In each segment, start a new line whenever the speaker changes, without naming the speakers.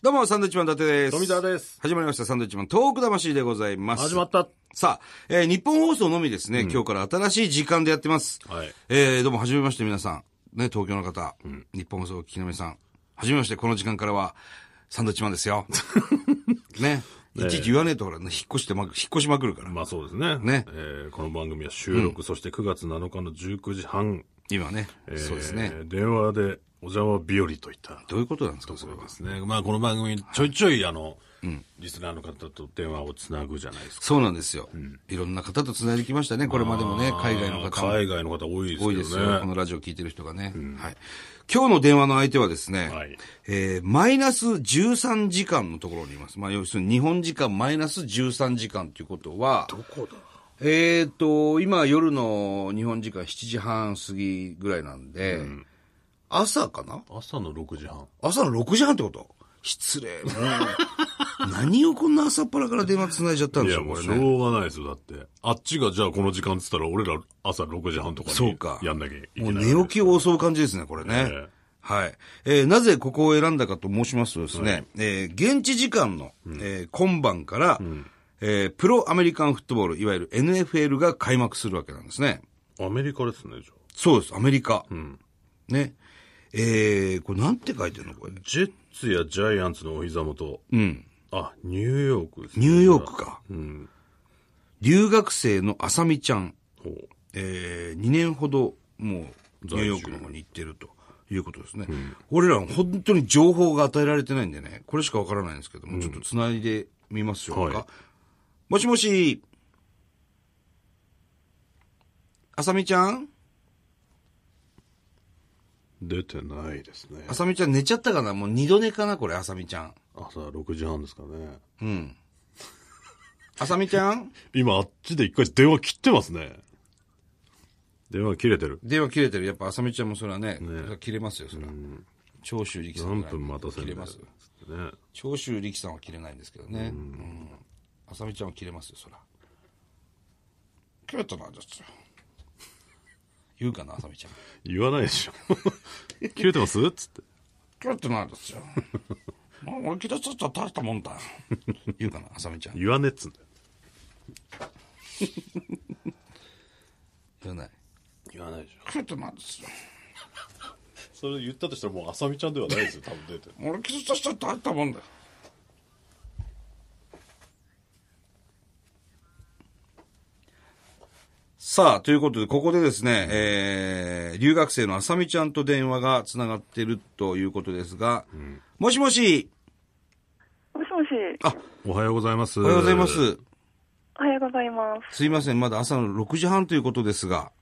どうも、サンドウィッチマン伊達です。
富澤です。
始まりました、サンドウィッチマン、トーク魂でございます。
始まった。
さあ、えー日本放送のみですね、今日から新しい時間でやってます。
はい
えーどうも、はじめまして、皆さん。ね、東京の方、日本放送をお聞きの皆さん、はじめまして、この時間からは、サンドウィッチマンです よ。ね。いちいち言わねえと、ほら、引っ越してまく、引っ越しまくるから。
まあそうですね。
ね
えーこの番組は収録、そして9月7日の19時半。
今ね、
えー
そうですね。。
電話でお邪魔日和といった
どういうことなんですか、そ
そ
れ
う
は
で。すね。まあこの番組ちょいちょいあの、リスナーの方と電話をつなぐじゃないですか。
そうなんですよ。いろんな方と繋いできましたね、これまでもね、海外の
あー
方も。
海外の方多いです
多
け
い
ど
で
ね。
すよ、このラジオ聞いてる人がね。はい。今日の電話の相手はですね、
はい
えーマイナス13時間のところにいます。まあ、要するに日本時間マイナス13時間ということは、
どこだ
えーと、今夜の日本時間7時半過ぎぐらいなんで、朝かな
朝の6時半。
朝の6時半ってこと失礼。 もう何をこんな朝っぱらから電話繋いじゃったん
い
でし
や
ょう、
も
こ
う
れ
し
ね。
ょうがないですよ。だって。あっちがじゃあこの時間っつったら俺ら朝6時半とかに
そうか
やんなきゃいけ
も
な
う
い。
寝起きを襲う感じですね、これね。
ええ
はい。えーなぜここを選んだかと申しますとですね、えー現地時間の、えー今晩から、えープロアメリカンフットボール、いわゆる NFL が開幕するわけなんですね。
アメリカですね、じゃあ。
そうです、アメリカ。ね。えーこれなんて書いてるのこれ。
ジェッツやジャイアンツのお膝元。
うん。
あ、ニューヨークですね
ニューヨークか。
うん。
留学生のあさみちゃん。
ほう。
え2年ほどもうニューヨークの方に行ってるということですね。俺ら本当に情報が与えられてないんでね、これしかわからないんですけども、ちょっと繋いでみましょうか。
はい
もしもし、あさみちゃん
出てないですね
あ。さみちゃん寝ちゃったかなもう二度寝かなこれ、あさみちゃん。
朝6時半ですかね。
うん。あさみちゃ ん
今あっちで一回電話切ってますね。電話切れてる。
電話切れてる。やっぱあさみちゃんもそれはね、
ね
それは切れますよ、それは。長州力さんぐ
何
らい
分待たせ
切
る
れ
んだ
ま
よ
す。
つってね。
長州力さんは切れないんですけどね。うん。あさみちゃんは切れますよ、そら。切れたな、じゃあ。 言うかな、あさみちゃん。
言わないでしょ。 切れてますつって。
切れてないですよ。 まあ、俺切れちゃったら大したもんだよ。言うかな、あさみちゃん。
言わねえっつうんだよ。
言わない。
言わないでしょ。
切れてないですよ。
それ言ったとしたらもうあさみちゃんではないですよ、多分出てる。
俺切れちゃったら大したもんだよ。さあ、ということで、ここでですね、えー、留学生のあさみちゃんと電話がつながってるということですが、もしもし、
もしもし、
あ、
おはようございます。
おはようございま。す。
おはようございます。
すいません、まだ朝の6時半ということですが、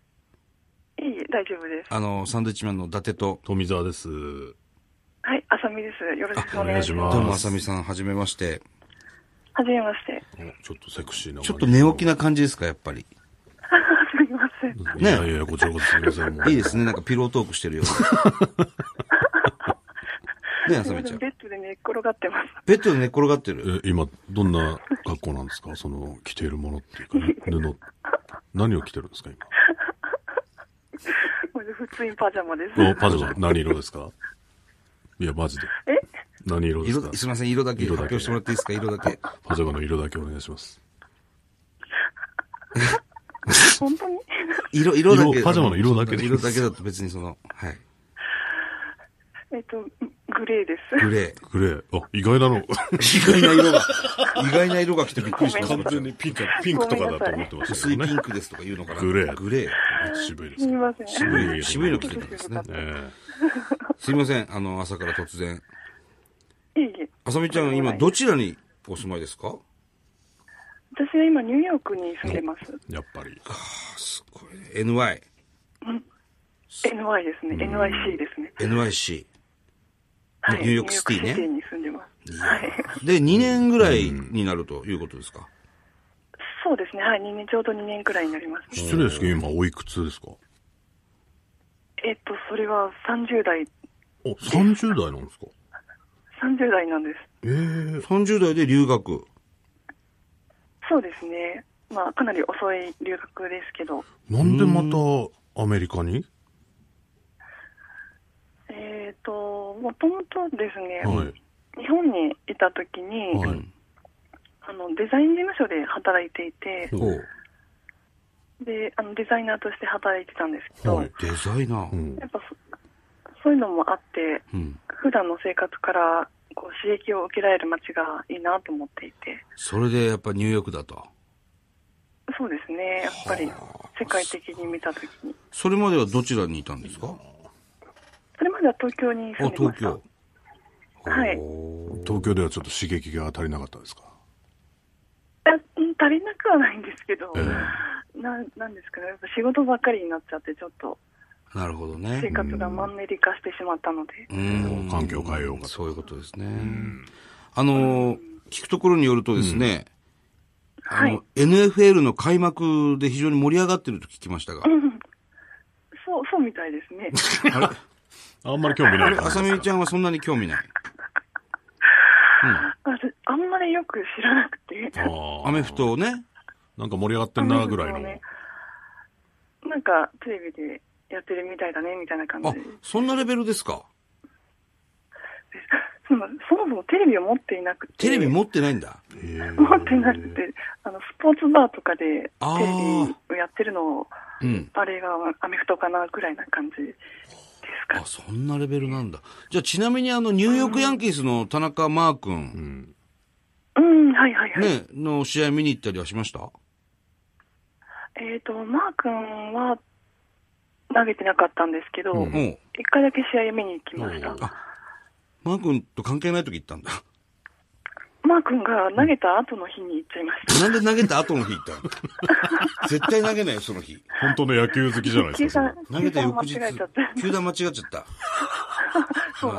いい大丈夫です。
あの、サンドウィッチマンの伊達と、
富澤です。
はい、あさみです。よろしくお願いします。
どうもあさみさん、はじめまして。
はじめまして。
おちょっとセクシーな。
ちょっと寝起き。な感じですか、やっぱり。
すみません。
いやいや、こちらこそすみません。もう
いいですね、なんかピロートークしてるよ うな。ねえ、あさみちゃん。
ベッドで寝っ転がってます。
ベッドで寝っ転がってる。
え、今、どんな格好なんですか その、着ているものっていうか、布。何を着てるんですか
これで普通にパジャマです。
今。お、パジャマ、何色ですかいや、マジで。
え
何色ですか
色、すいません、色だけ
色
発
だけ
表してもらっていいですか、色だけ。
パジャマの色だけお願いします。
本当に
色、色だけ。
色パジャマの色だけで
色だけだと別にその、はい。
えっと、グレーです。
グレー。
グレー。あ、意外な
意
の。
外な色が、意外な色が来てびっくりしました。
ピンク、ピ
ンクとかだと思って
ま
薄いピン。クですとか言うのかな。
グレー
グレー。
渋いですす
みません
渋い、渋いの着
着て
て
る
たんですね。
え
すいません、あの、朝から突然。
いえいえ。
あさみちゃん、今、どちらにお住まいですか
私は今、ニューヨークに住んでます。
えやっぱり。
すごいね。NY。
NY ですね。NYC ですね。
NYC。
はい。
ニューヨークシティね
ニューヨークシティに住んでます。はい。
で、2年ぐらいになるということですか。
そうですね。はい。2年、ちょうど2年くらいになります。
失礼ですけど、今、おいくつですか
えっと、それは30代、
お、30代なんですか
30代なんです。
ええ。
30代で留学。
そうですね。まあ、かなり遅い留学ですけど、
なんでまた、アメリカに
えっ、と、もともとですね、
はい。
日本にた時に、
はい
あのデザイン事務所で働いていて、
ほう。
であのデザイナーとして働いてたんですけど、
デザイナ
う
ー。
ん
やっぱそそういうのもあって、
うん。
普段の生活からこう刺激を受けられる街がいいなと思っていて、
それでやっぱニューヨークだと。
そうですね、やっぱり世界的に見たときに、
それまではどちらにいたんですか
それまでは東京に
あ、
住んでま
東
した。
京。
はい
ほう
東京ではちょっと刺激が足りなかったですか
あうん足りなくはないんですけど、
え
ななんですかね、やっぱ仕事ばっかりになっちゃって、ちょっと
なるほど
生
ね。
活がマンネリ化してしまったので、
うん
環境を変えようかと
そういうことですね。あのー、聞くところによるとですね、あ
はい
の、NFL の開幕で非常に盛り上がってると聞きましたが、
そうそうみたいです ね。
あれ
あんまり興味ない
あさみちゃんはそんなに興味ない。
あれあんまりよく知らなくて、
ゃん
アメフトをね、
なんか盛り上がってんなぐらいの。
なんかテレビでやってるみたいだねみたいな感じ
あ
です。、
そんなレベルですか
そのそもそもテレビを持っていなくて、
テレビ持ってないんだ。
へえ
持ってなくて、あのスポーツバーとかでテレ
あー
ビをやってるのを、
うん。
あれがアメフトかなぐらいな感じですか
あ、。そんなレベルなんだ。じゃあちなみにあの、ニューヨークヤンキースの田中マー
う
君、
ん。
うん、はいはいはい。
ね、の試合見に行ったりはしました
えっ、と、マー君は投げてなかったんですけど、一、
うん
もう、
回だけ試合見に行きました
おう。
あ、マー君と関係ない時行ったんだ。
マー君が投げた後の日に行っちゃいまし
な
た。
んで投げた後の日行ったの絶対投げないよ、その日。
本当の野球好きじゃないで
計
すか
算。、
投
計
げた
算間
翌
違
日
えちゃって。。
球団間違っちゃった。あ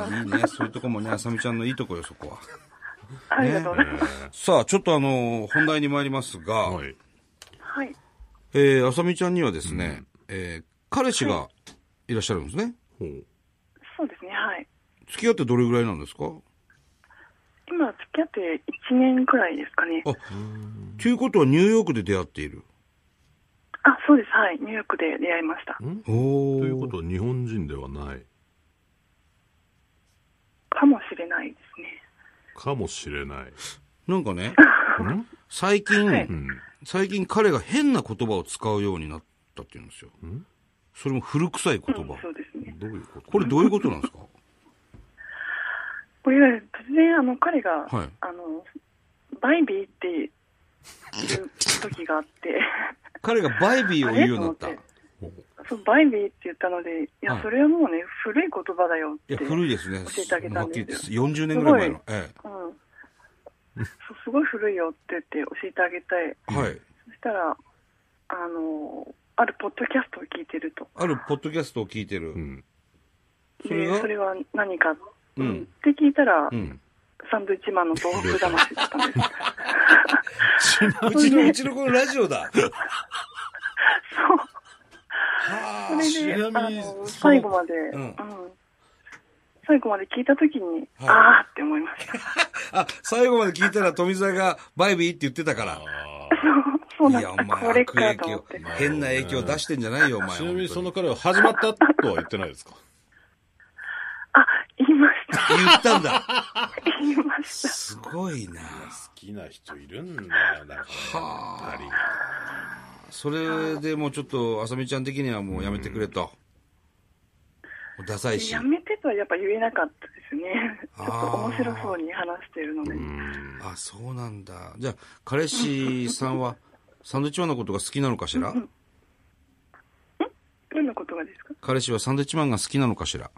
あいいね。そういうとこもね、あさみちゃんのいいとこよ、そこは。
ありがとうございます。
さあ、ちょっとあの、本題に参りますが、
それはい。
はい。
えー、あさみちゃんにはですね、えー彼氏がいらっしゃるんですね。
ほう。
そうですね、はい。
付き合ってどれぐらいなんですか
今、付き合って1年くらいですかね
あ。ということはニューヨークで出会っている。
あ、そうです、はい。ニューヨークで出会いました。
ん
おお。
ということは日本人ではない
かもしれないですね。
かもしれない。
なんか ね、
ん
最近、
はい
うん。
最近彼が変な言葉を使うようになったっていうんですよ。
ん
それも古臭い言
うん
葉。、
そうですね。
どういうこと
これどういうことなんですか
これが突然、あの、彼が、
はい
あの、バイビーっていう時があって、
彼がバイビーを言うようになった。
あ
い
れとそう、バイビーって言ったので、いや、
はい
それはもうね、古い言葉だよって。
や、古いですね。
教えてあげた
はっ
ん
きり言っ
で
て
す
40年ぐらい前の。え
うん。そうすごい古いよって言って教えてあげたい。
え。はい。
そしたら、あの、あるポッドキャストを聞いてると。
あるポッドキャストを聞いてる。
うん。
それ
で、
が
それは何か、
うん
って聞いたら、
うん。
サンドイッチマンの豆腐魂だった んです。
うちの、うちのこのラジオ だ。
そ
はあ、
れで、あ
そう
の、最後まで、うんん。最後まで聞いたときに、
はい
ああって思いました。
あ、最後まで聞いたら富澤がバイビーって言ってたから。
そう
い
なん
や、お
だ。
前
これ
悪
か
影
と思っ
響
て。、
変な影響出してんじゃないよ、お前。
ちなみにそ
本
の彼は始まったとは言ってないですか
あ、言いました。
当に言ったん だ。
言いました。
すごいな。
きな人いるんだよ、だから。
はあ。それでもうちょっと、あさみちゃん的にはもうやめてくれと。もうダサいし。
や
あ
めてとはやっぱ言えなかったですね。ち
あ
ょ
ー
っと面白そうに話しているので。
そうなんだ。じゃあ、彼氏さんは、サンドイッチマンのことが好きなのかしら
どんなことがですか
彼氏はサンドイッチマンが好きなのかしら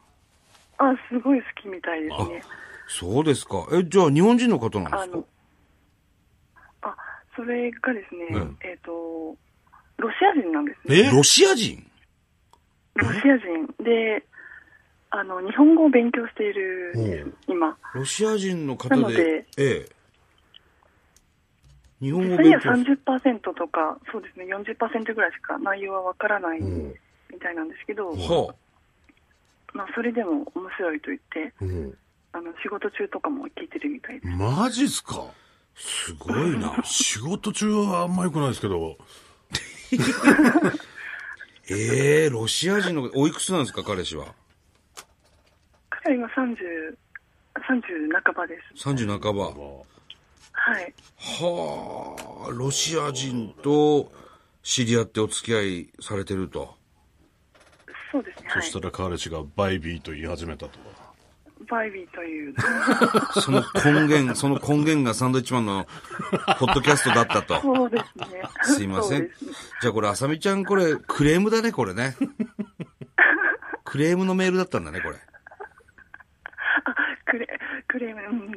あ、すごい好きみたいですね。
そうですか。え、じゃあ日本人の方なん
あ
ですか
の、あ、それがですね、
うん
えっ、と、ロシア人なんですね。
えロシア人
ロシア人で、あの、日本語を勉強しているんです、今。
ロシア人の方
なの
で
で、
ええ。日本語
実際に
勉
は
強し
30%とか、そうですね、40%ぐらいしか内容はわからないみたいなんですけど、
は
まあ、それでも面白いと言って、
うん。
あの、仕事中とかも聞いてるみたいです。
マジっすか
あ、すごいな。
仕事中はあんま良くないですけど、
ええロシア人の、おいくつなんですか、彼氏は。
彼は今30 30半ばです。
30半ば。
はい。
はあ、ロシア人と知り合ってお付き合いされてると。
そうですね。
そ
はい
し。たら彼氏がバイビーと言い始めたとか。
バイビーという。
その根 源、その根源がサンドイッチマンのポッドキャストだったと。
そうですね。
すいませ
そうんですね。
じゃあこれ、あさみちゃん、これ、クレームだね、これね。クレームのメールだったんだね、これ。
クレ、クレーム、うん。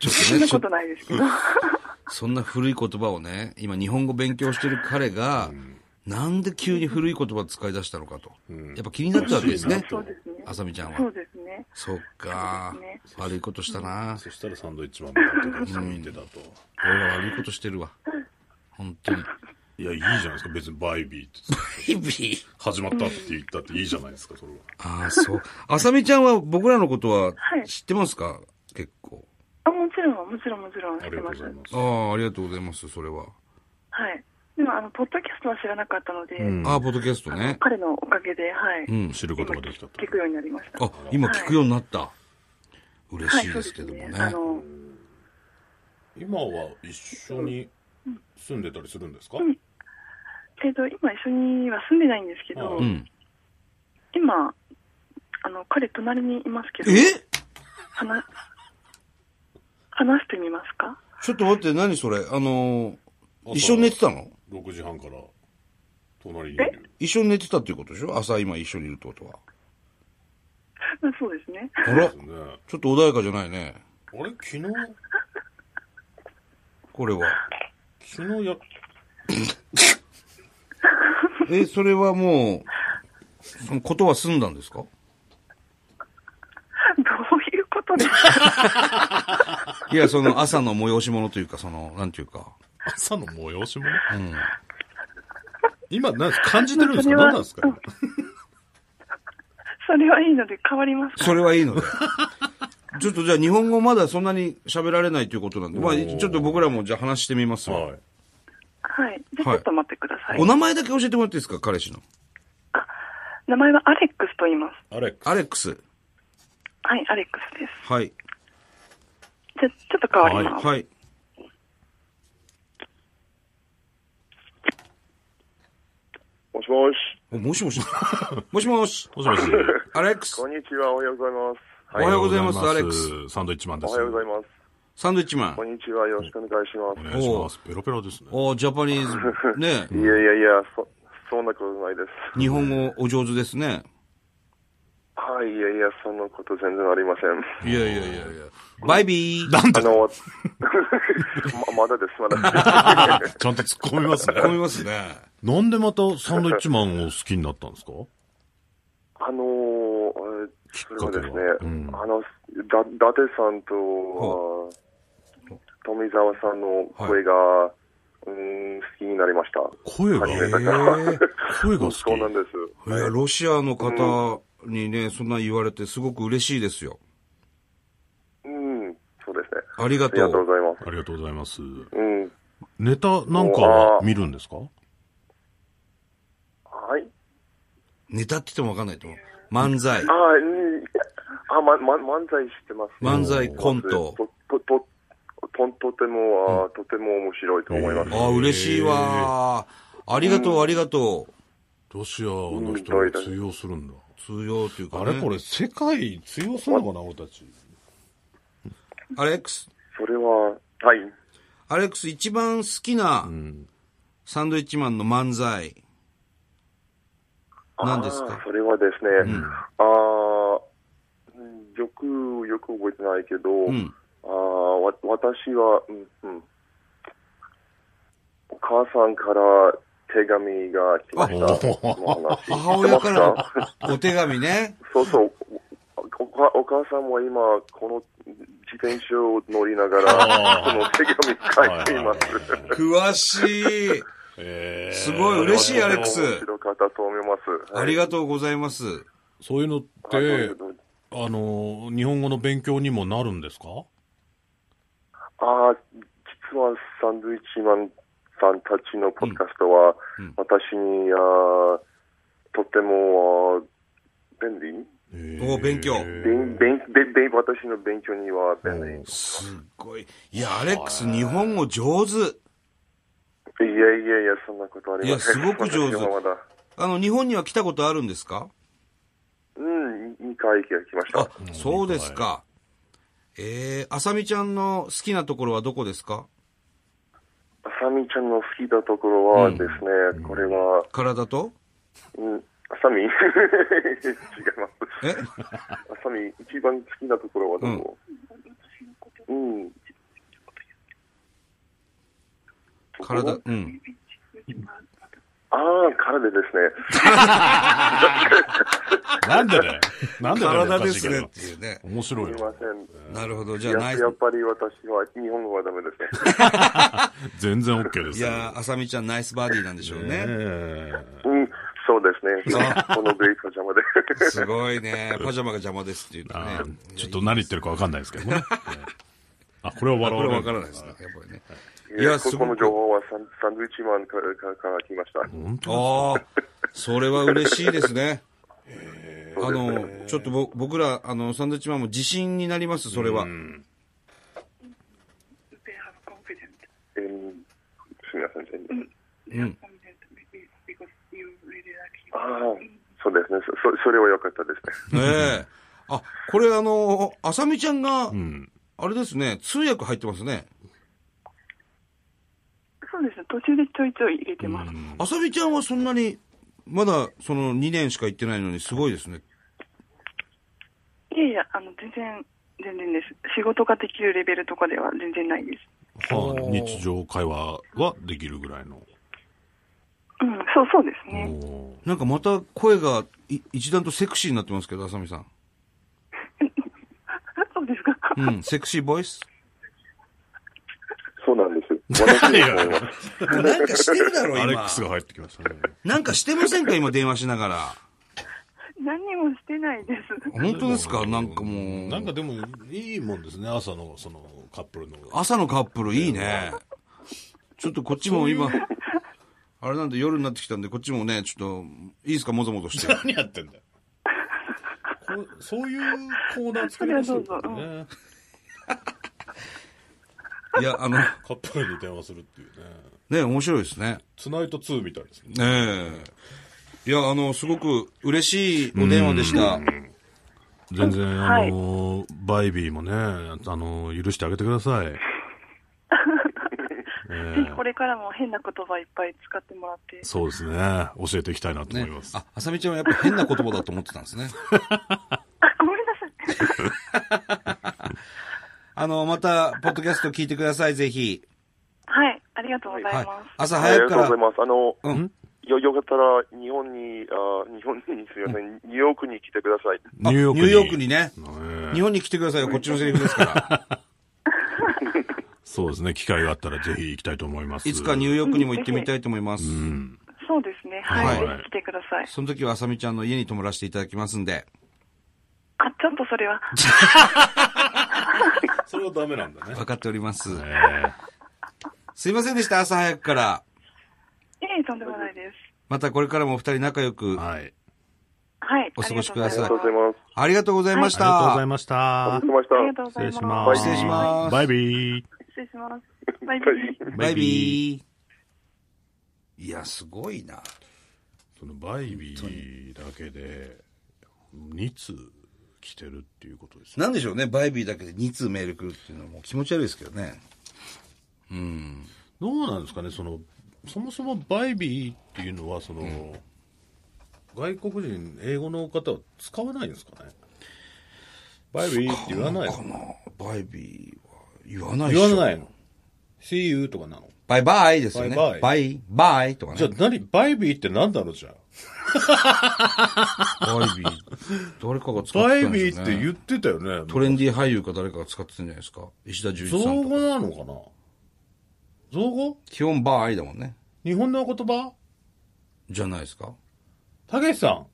ちょっ
そ
と
ん
ね、
な
ちょ
こ
っと
と、ないですけど。
そんな古い言葉をね、今日本語勉強してる彼が、なんで急に古い言葉使い出したのかと。やっぱ気になっちゃうわけですね
うん。
そうですね。
あさみちゃん
そ
は
う。ですね。
そっか
そうですね。
悪いことしたな。
そしたらサンドイッチマンの方が見てたと。
俺ら悪いことしてるわ。本当に。
いや、いいじゃないですか。別にバイビーって。始まったって言ったっていいじゃないですか、それは。
ああ、そう。あさみちゃんは僕らのことは
はい
知ってますか、結構。
あ、もちろん、もちろん、もちろん、
あ
知っ
り
て
がとう
ま
ご
す
ざい。ます。
ああ、ありがとうございます、それは。
はい。でも、あの、ポッドキャストは知らなかったので、
うん
ああ、ポッドキャストね。
彼のおかげで、はい。
うん。
知ることができたと。
聞くようになりました。
あ、今聞くようになった。嬉しいですけどもね。
はいそうですね
今は一緒に住んでたりするんですか、
んあの、えっと、今一緒には住んでないんですけど、
あ
うん。
今、あの、彼隣にいますけど、
え
話、話してみますか
ちょっと待って、何それあのー
朝
一緒に寝てたの
?6 時半から隣にいる。
一緒に寝てたっていうことでしょ朝今一緒にいるってことは。
あそうですね。
あ
そう
ら
ですね。
ちょっと穏やかじゃないね。
あれ昨日、
これは。
昨日や、
え、それはもう、そのことは済んだんですか
どういうことです か
いや、その朝の催し物というか、その、なんていうか。
朝の催しも
うん。
今、なんか感じてるんですか
それは
何なんですか、
それはいいので変わりますか
それはいいので。 ちょっとじゃあ日本語まだそんなに喋られないということなんで、まあ
おー
ちょっと僕らもじゃあ話してみますわ
はい。
はい。じゃあ
はい
ちょっと待ってください。
お名前だけ教えてもらっていいですか、彼氏の。
名前はアレックスと言います。
アレックス。
アレックス。
はい、アレックスです。
はい。
じゃあちょっと変わります。
はい。
もしもし。
おも しもし。もしもし。
もしもし。
アレックス
こ。んにちは。おはようございます。
お
はい。
はようございます、アレックス。。
サンドイッチマンで
お
す。
はようございます。
サンドイッチマン
こ。んにちは。よろしくお願いします。
お願いします。ペロペロですね。
おージャパニー ズ。ね
いやいやいや、そ、そんなことないです。
日本語お上手ですね。
はい、いやいや、そんなこと全然ありません。
いやいやいやいや。 バイビー。
なん
あ
で
の、ま、まだです、ま だです。
ちゃんと突っ込みますね。
込みますね。
なんでまたサンドイッチマンを好きになったんですか
あのー、えー
きっ
それは
かけ
ですね
は。う、ん。
あの、だ、伊達さんと、富澤さんの声が、うーん、好きになりました。
声が、
初
え
め
え
てか
声が好き。
そうなんです。
いや、ロシアの方にね、そんな言われてすごく嬉しいですよ。
うん、そうですね。
ありが
ありが
と
とう
う。
ございます。
ありがとうございます。
うん。
ネタなんかは見るんですか
はい。
ネタって言ってもわかんないと思う。漫才、
ああ、うん。あ、ま、ま、漫才知ってます。
漫才、コント。
と、と、と、と、とても、あーとても面白いと思います。
ああ、嬉しいわー。ありがとう、ありがとう。
ロシアの人が通用するんだ。
通用というか、ね。
あれこれ、世界通用するのかな、俺たち。
アレックス。
それは、はい。
アレックス一番好きな
うん。
サンドイッチマンの漫才。
あー
何ですか
それはですね、ああうんよく、よく覚えてないけど、
うん。
ああわ、私は、うん、うん。お母さんから手紙が来ました。
あ
その話
母親からのお手紙 ね。
そうそう。おお母お母さんも今、この自転車を乗りながら、この手紙書いています。
詳しい。
えー
すごい嬉しい、アレックス。
面白かったと思います。
ありが
と
とうございます。
そういうのって、あの、日本語の勉強にもなるんですか
ああ、実はサンドウィッチマンさんたちのポッドキャストは、
うんうん
私に、あーとてもあー便利
お勉強。
勉勉勉勉私の勉強には便利。
すっごい。いや、アレックス、日本語上手。
いやいやいや、そんなことありません。
いやすごく上手
私はまだ。
あの、日本には来たことあるんですか
うん、2回来ました。
あ、そうですか。えー、あさみちゃんの好きなところはどこですか
あさみちゃんの好きなところはですね、これは、
体と
うん、あさみ 違います。
え
あさみ、一番好きなところはどこうん。
体、うん。
ああ、体ですね。
なんでだよ。なんでだよ。
体ですね
お
っ
か
て
しい
いうね
け。ど面白い
すいま
よ。
せん。
なるほど。じゃあ、
や
ナイス
や。っぱり私は日本語はダメですね。
全然 OK で
い
すよ。
やー、あさみちゃんナイスバディなんでしょうね。
ね
うん、そうです ね。このグレイパジャマで。
すごいね。パジャマが邪魔ですって言
あ
う
ー
ね。
ちょっと何言ってるかわかんないですけ どね。あ、これ
これ
は笑わ
は
れ
わ
る
からないですね。やっぱりね。い
い
や
や、
す
こ
ごく
この情報はサンサンドウィッチマンからからから来ました。
本当
ああ、それは嬉しいですね。あの、ちょっとぼ僕ら、あの、サンドウィッチマンも自信になります、それは。
They have confidence.
えーすみません。えー
They're confident be- because you really like him.
ああ、そうですね。そ、そそれは良かったですね。
ええあ、これあの、あさみちゃんが、
ん
あれですね、通訳入ってますね。
そうですね、途中でちょいちょい入れてます。
あさみちゃんはそんなに、まだその2年しか行ってないのにすごいですね。
いやいや、あの、全然、全然です。仕事ができるレベルとかでは全然ないです。
はあ日常会話はできるぐらいの。
うん、そう、そうですね。
お
なんかまた声がい一段とセクシーになってますけど、あさみさん。
そうですか。
うん、セクシーボイス。
そうなんです。私
ーいや
も
なんかしてるだろ、
アレッ
今
ク。スが入ってきましたね。
なんかしてませんか、今電話しながら。
何にもしてないです。
本当ですかなんかもう。
なんかでも、いいもんですね、朝の、その、カップルの。
朝のカップルいいね。 ちょっとこっちも今、あれなんで夜になってきたんで、こっちもね、ちょっと、いいですか、もぞもぞ して。
何やってんだよ。こうそういうコーナー作りましょうか
それは
ね。
いや、あの、
カップルに電話するっていうね。
ね、面白いですね。
ツナイト2みたいですね。
ねえ。いや、あの、すごく嬉しいお電話でした。
全然、
はい
あのーバイビーもね、あのー許してあげてください。
ぜひこれからも変な言葉いっぱい使ってもらって。
そうですね。教えていきたいなと思
ね
います。
あ、あさみちゃんはやっぱ変な言葉だと思ってたんです ね。
あ、ごめんなさい。
あの、また、ポッドキャスト聞いてください、ぜひ。
はい、ありがとうございま
は
す。
い。朝
あり
早
が
く
と
か
うござい
ら、
ます。あの、
うん
よ、よかったら、日本に、あー日本に、すみません、ニューヨークに来てください。
ニューヨークに。
ニューヨークにね。
ね
日本に来てくださいよ、こっちのセリフですから。
そうですね。機会があったらぜひ行きたいと思います。
いつかニューヨークにも行ってみたいと思います。
そうですね。はい、
はい
ぜひ来てください。
その時はあさみちゃんの家に泊まらせていただきますんで。
あ、ちょっとそれは。
それはダメなんだね。
分かっております。
え
すいませんでした、朝早くから。
いえいえ、とんでもないです。
またこれからもお二人仲良
ー
く。
はい。
はい、
お過ごしくだ
あ
さ
り
い
あ
が
りがと
と
う
うご
ござ
ざ
い
い
ます。
ありがとうございま
あ
し
りがとう
た
ござい。まし
あ
た
り。がとうございました。
ます。
失礼します。
ありがとうございます。
失礼します
バイビー。
失礼します。バイバイ。
バイビー。いや、すごいな。
そのバイビーだけで、2通来てるっていうことですね。
なんでしょうね、バイビーだけで2通メール来るっていうのはもう気持ち悪いですけどね。うん。
どうなんですかね、その、そもそもバイビーっていうのは、その、外国人、英語の方は使わないんですかね。バイビーって言わない
かなバイビーは言わないでしょ
言わないの。See you とかなの。
バイバイですよね。
バイ
バ
バ
イ、バイとか
じゃ
ね
あ。何、バイビーって何なのじゃあ。
バイビー。誰かが使っ
バ
て
イ
たんで
ビ
し
ー
ょ
っ
う
て
ね
言ってたよね。
トレンディ俳優か誰かが使ってたんじゃないですか石田純一
造
さんとか
語。なのかな造語
基本バイだもんね。
日本の言葉
じゃないですか
たけしさん。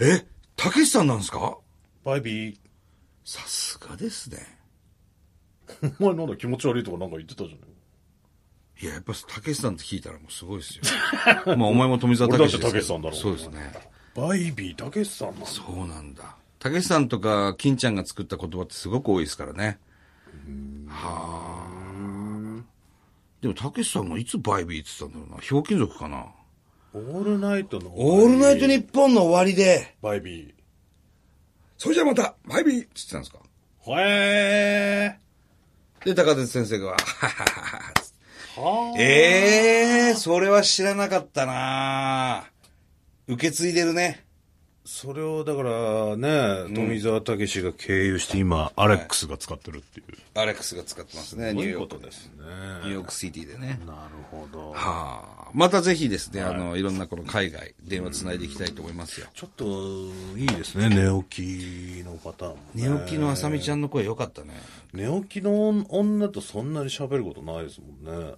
えたけしさんなんですか
バイビー。
さすがですね。
お前なんだ気持ち悪いとかなんか言ってたじゃない。
いや、やっぱたけしさんって聞いたらもうすごい ですよ。まあお前も富澤た
俺だ
け
っ
してです
た
け
け
ど
しさ
そう
んだろ
ですね。
バイビーたけしさんなの
そうなんだ。たけしさんとか、金ちゃんが作った言葉ってすごく多いですからね。はあ。でも、たけしさんがいつバイビーって言ってたんだろうな。ひょうきん族かな。
オールナイトの。
オールナイトニッポンの終わりで、
バイビ
それじゃあまた、バイビーって言ってたんですか。
ー。へ
で、高田先生が、はははは
ー。はー。
ええー、それは知らなかったな受け継いでるね。
それをだからね、富澤たけしが経由して今、アレックスが使ってるっていう。
アレックスが使ってますね、ニューヨークで。
すね。
ニューヨークシティでね。
なるほど。
はあ。またぜひですね、あの、いろんなこの海外、電話つないでいきたいと思いますよ。
ちょっと、いいですね、寝起きのパターンもね、
寝起きのあさみちゃんの声良かったね。
寝起きの女とそんなに喋ることないですもんね。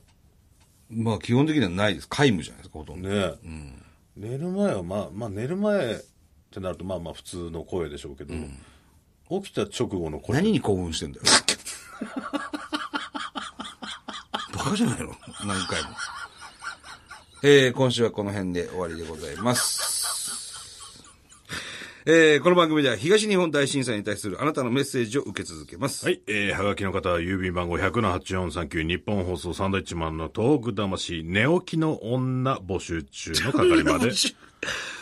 まあ、基本的にはないです。皆無じゃないですか、ほとんど。
ね、寝る前は、まあ、まあ、寝る前ってなると、まあまあ、普通の声でしょうけど、起きた直後の声。
何に興奮してん だよ。バカじゃないの何回も。えー、今週はこの辺で終わりでございます。えー、この番組では東日本大震災に対するあなたのメッセージを受け続けます。
はい、えー、はがきの方は郵便番号100-8439日本放送サンドイッチマンの東北魂寝起きの女募集中の係まで、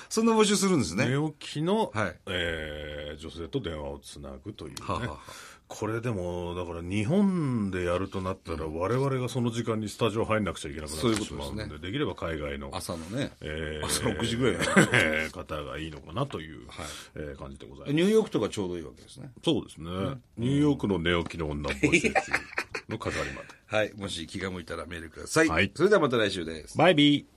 そんな募集するんですね。
寝起きの、
はい
えー女性と電話をつなぐというね。
はあはあはあ
これでも、だから日本でやるとなったら、我々がその時間にスタジオ入んなくちゃいけなくなっ
そういう
て
こと
しまうんで、
です
できれば海外の、
朝のね、
え
朝6時ぐらいに
らい方がいいのかなという、えー感じでございます。
ニューヨークとかちょうどいいわけですね。
そうですね。ニューヨークの寝起きの女募集中の係まで。
はい。もし気が向いたらメールください。
はい
それではまた来週です。
バイビー。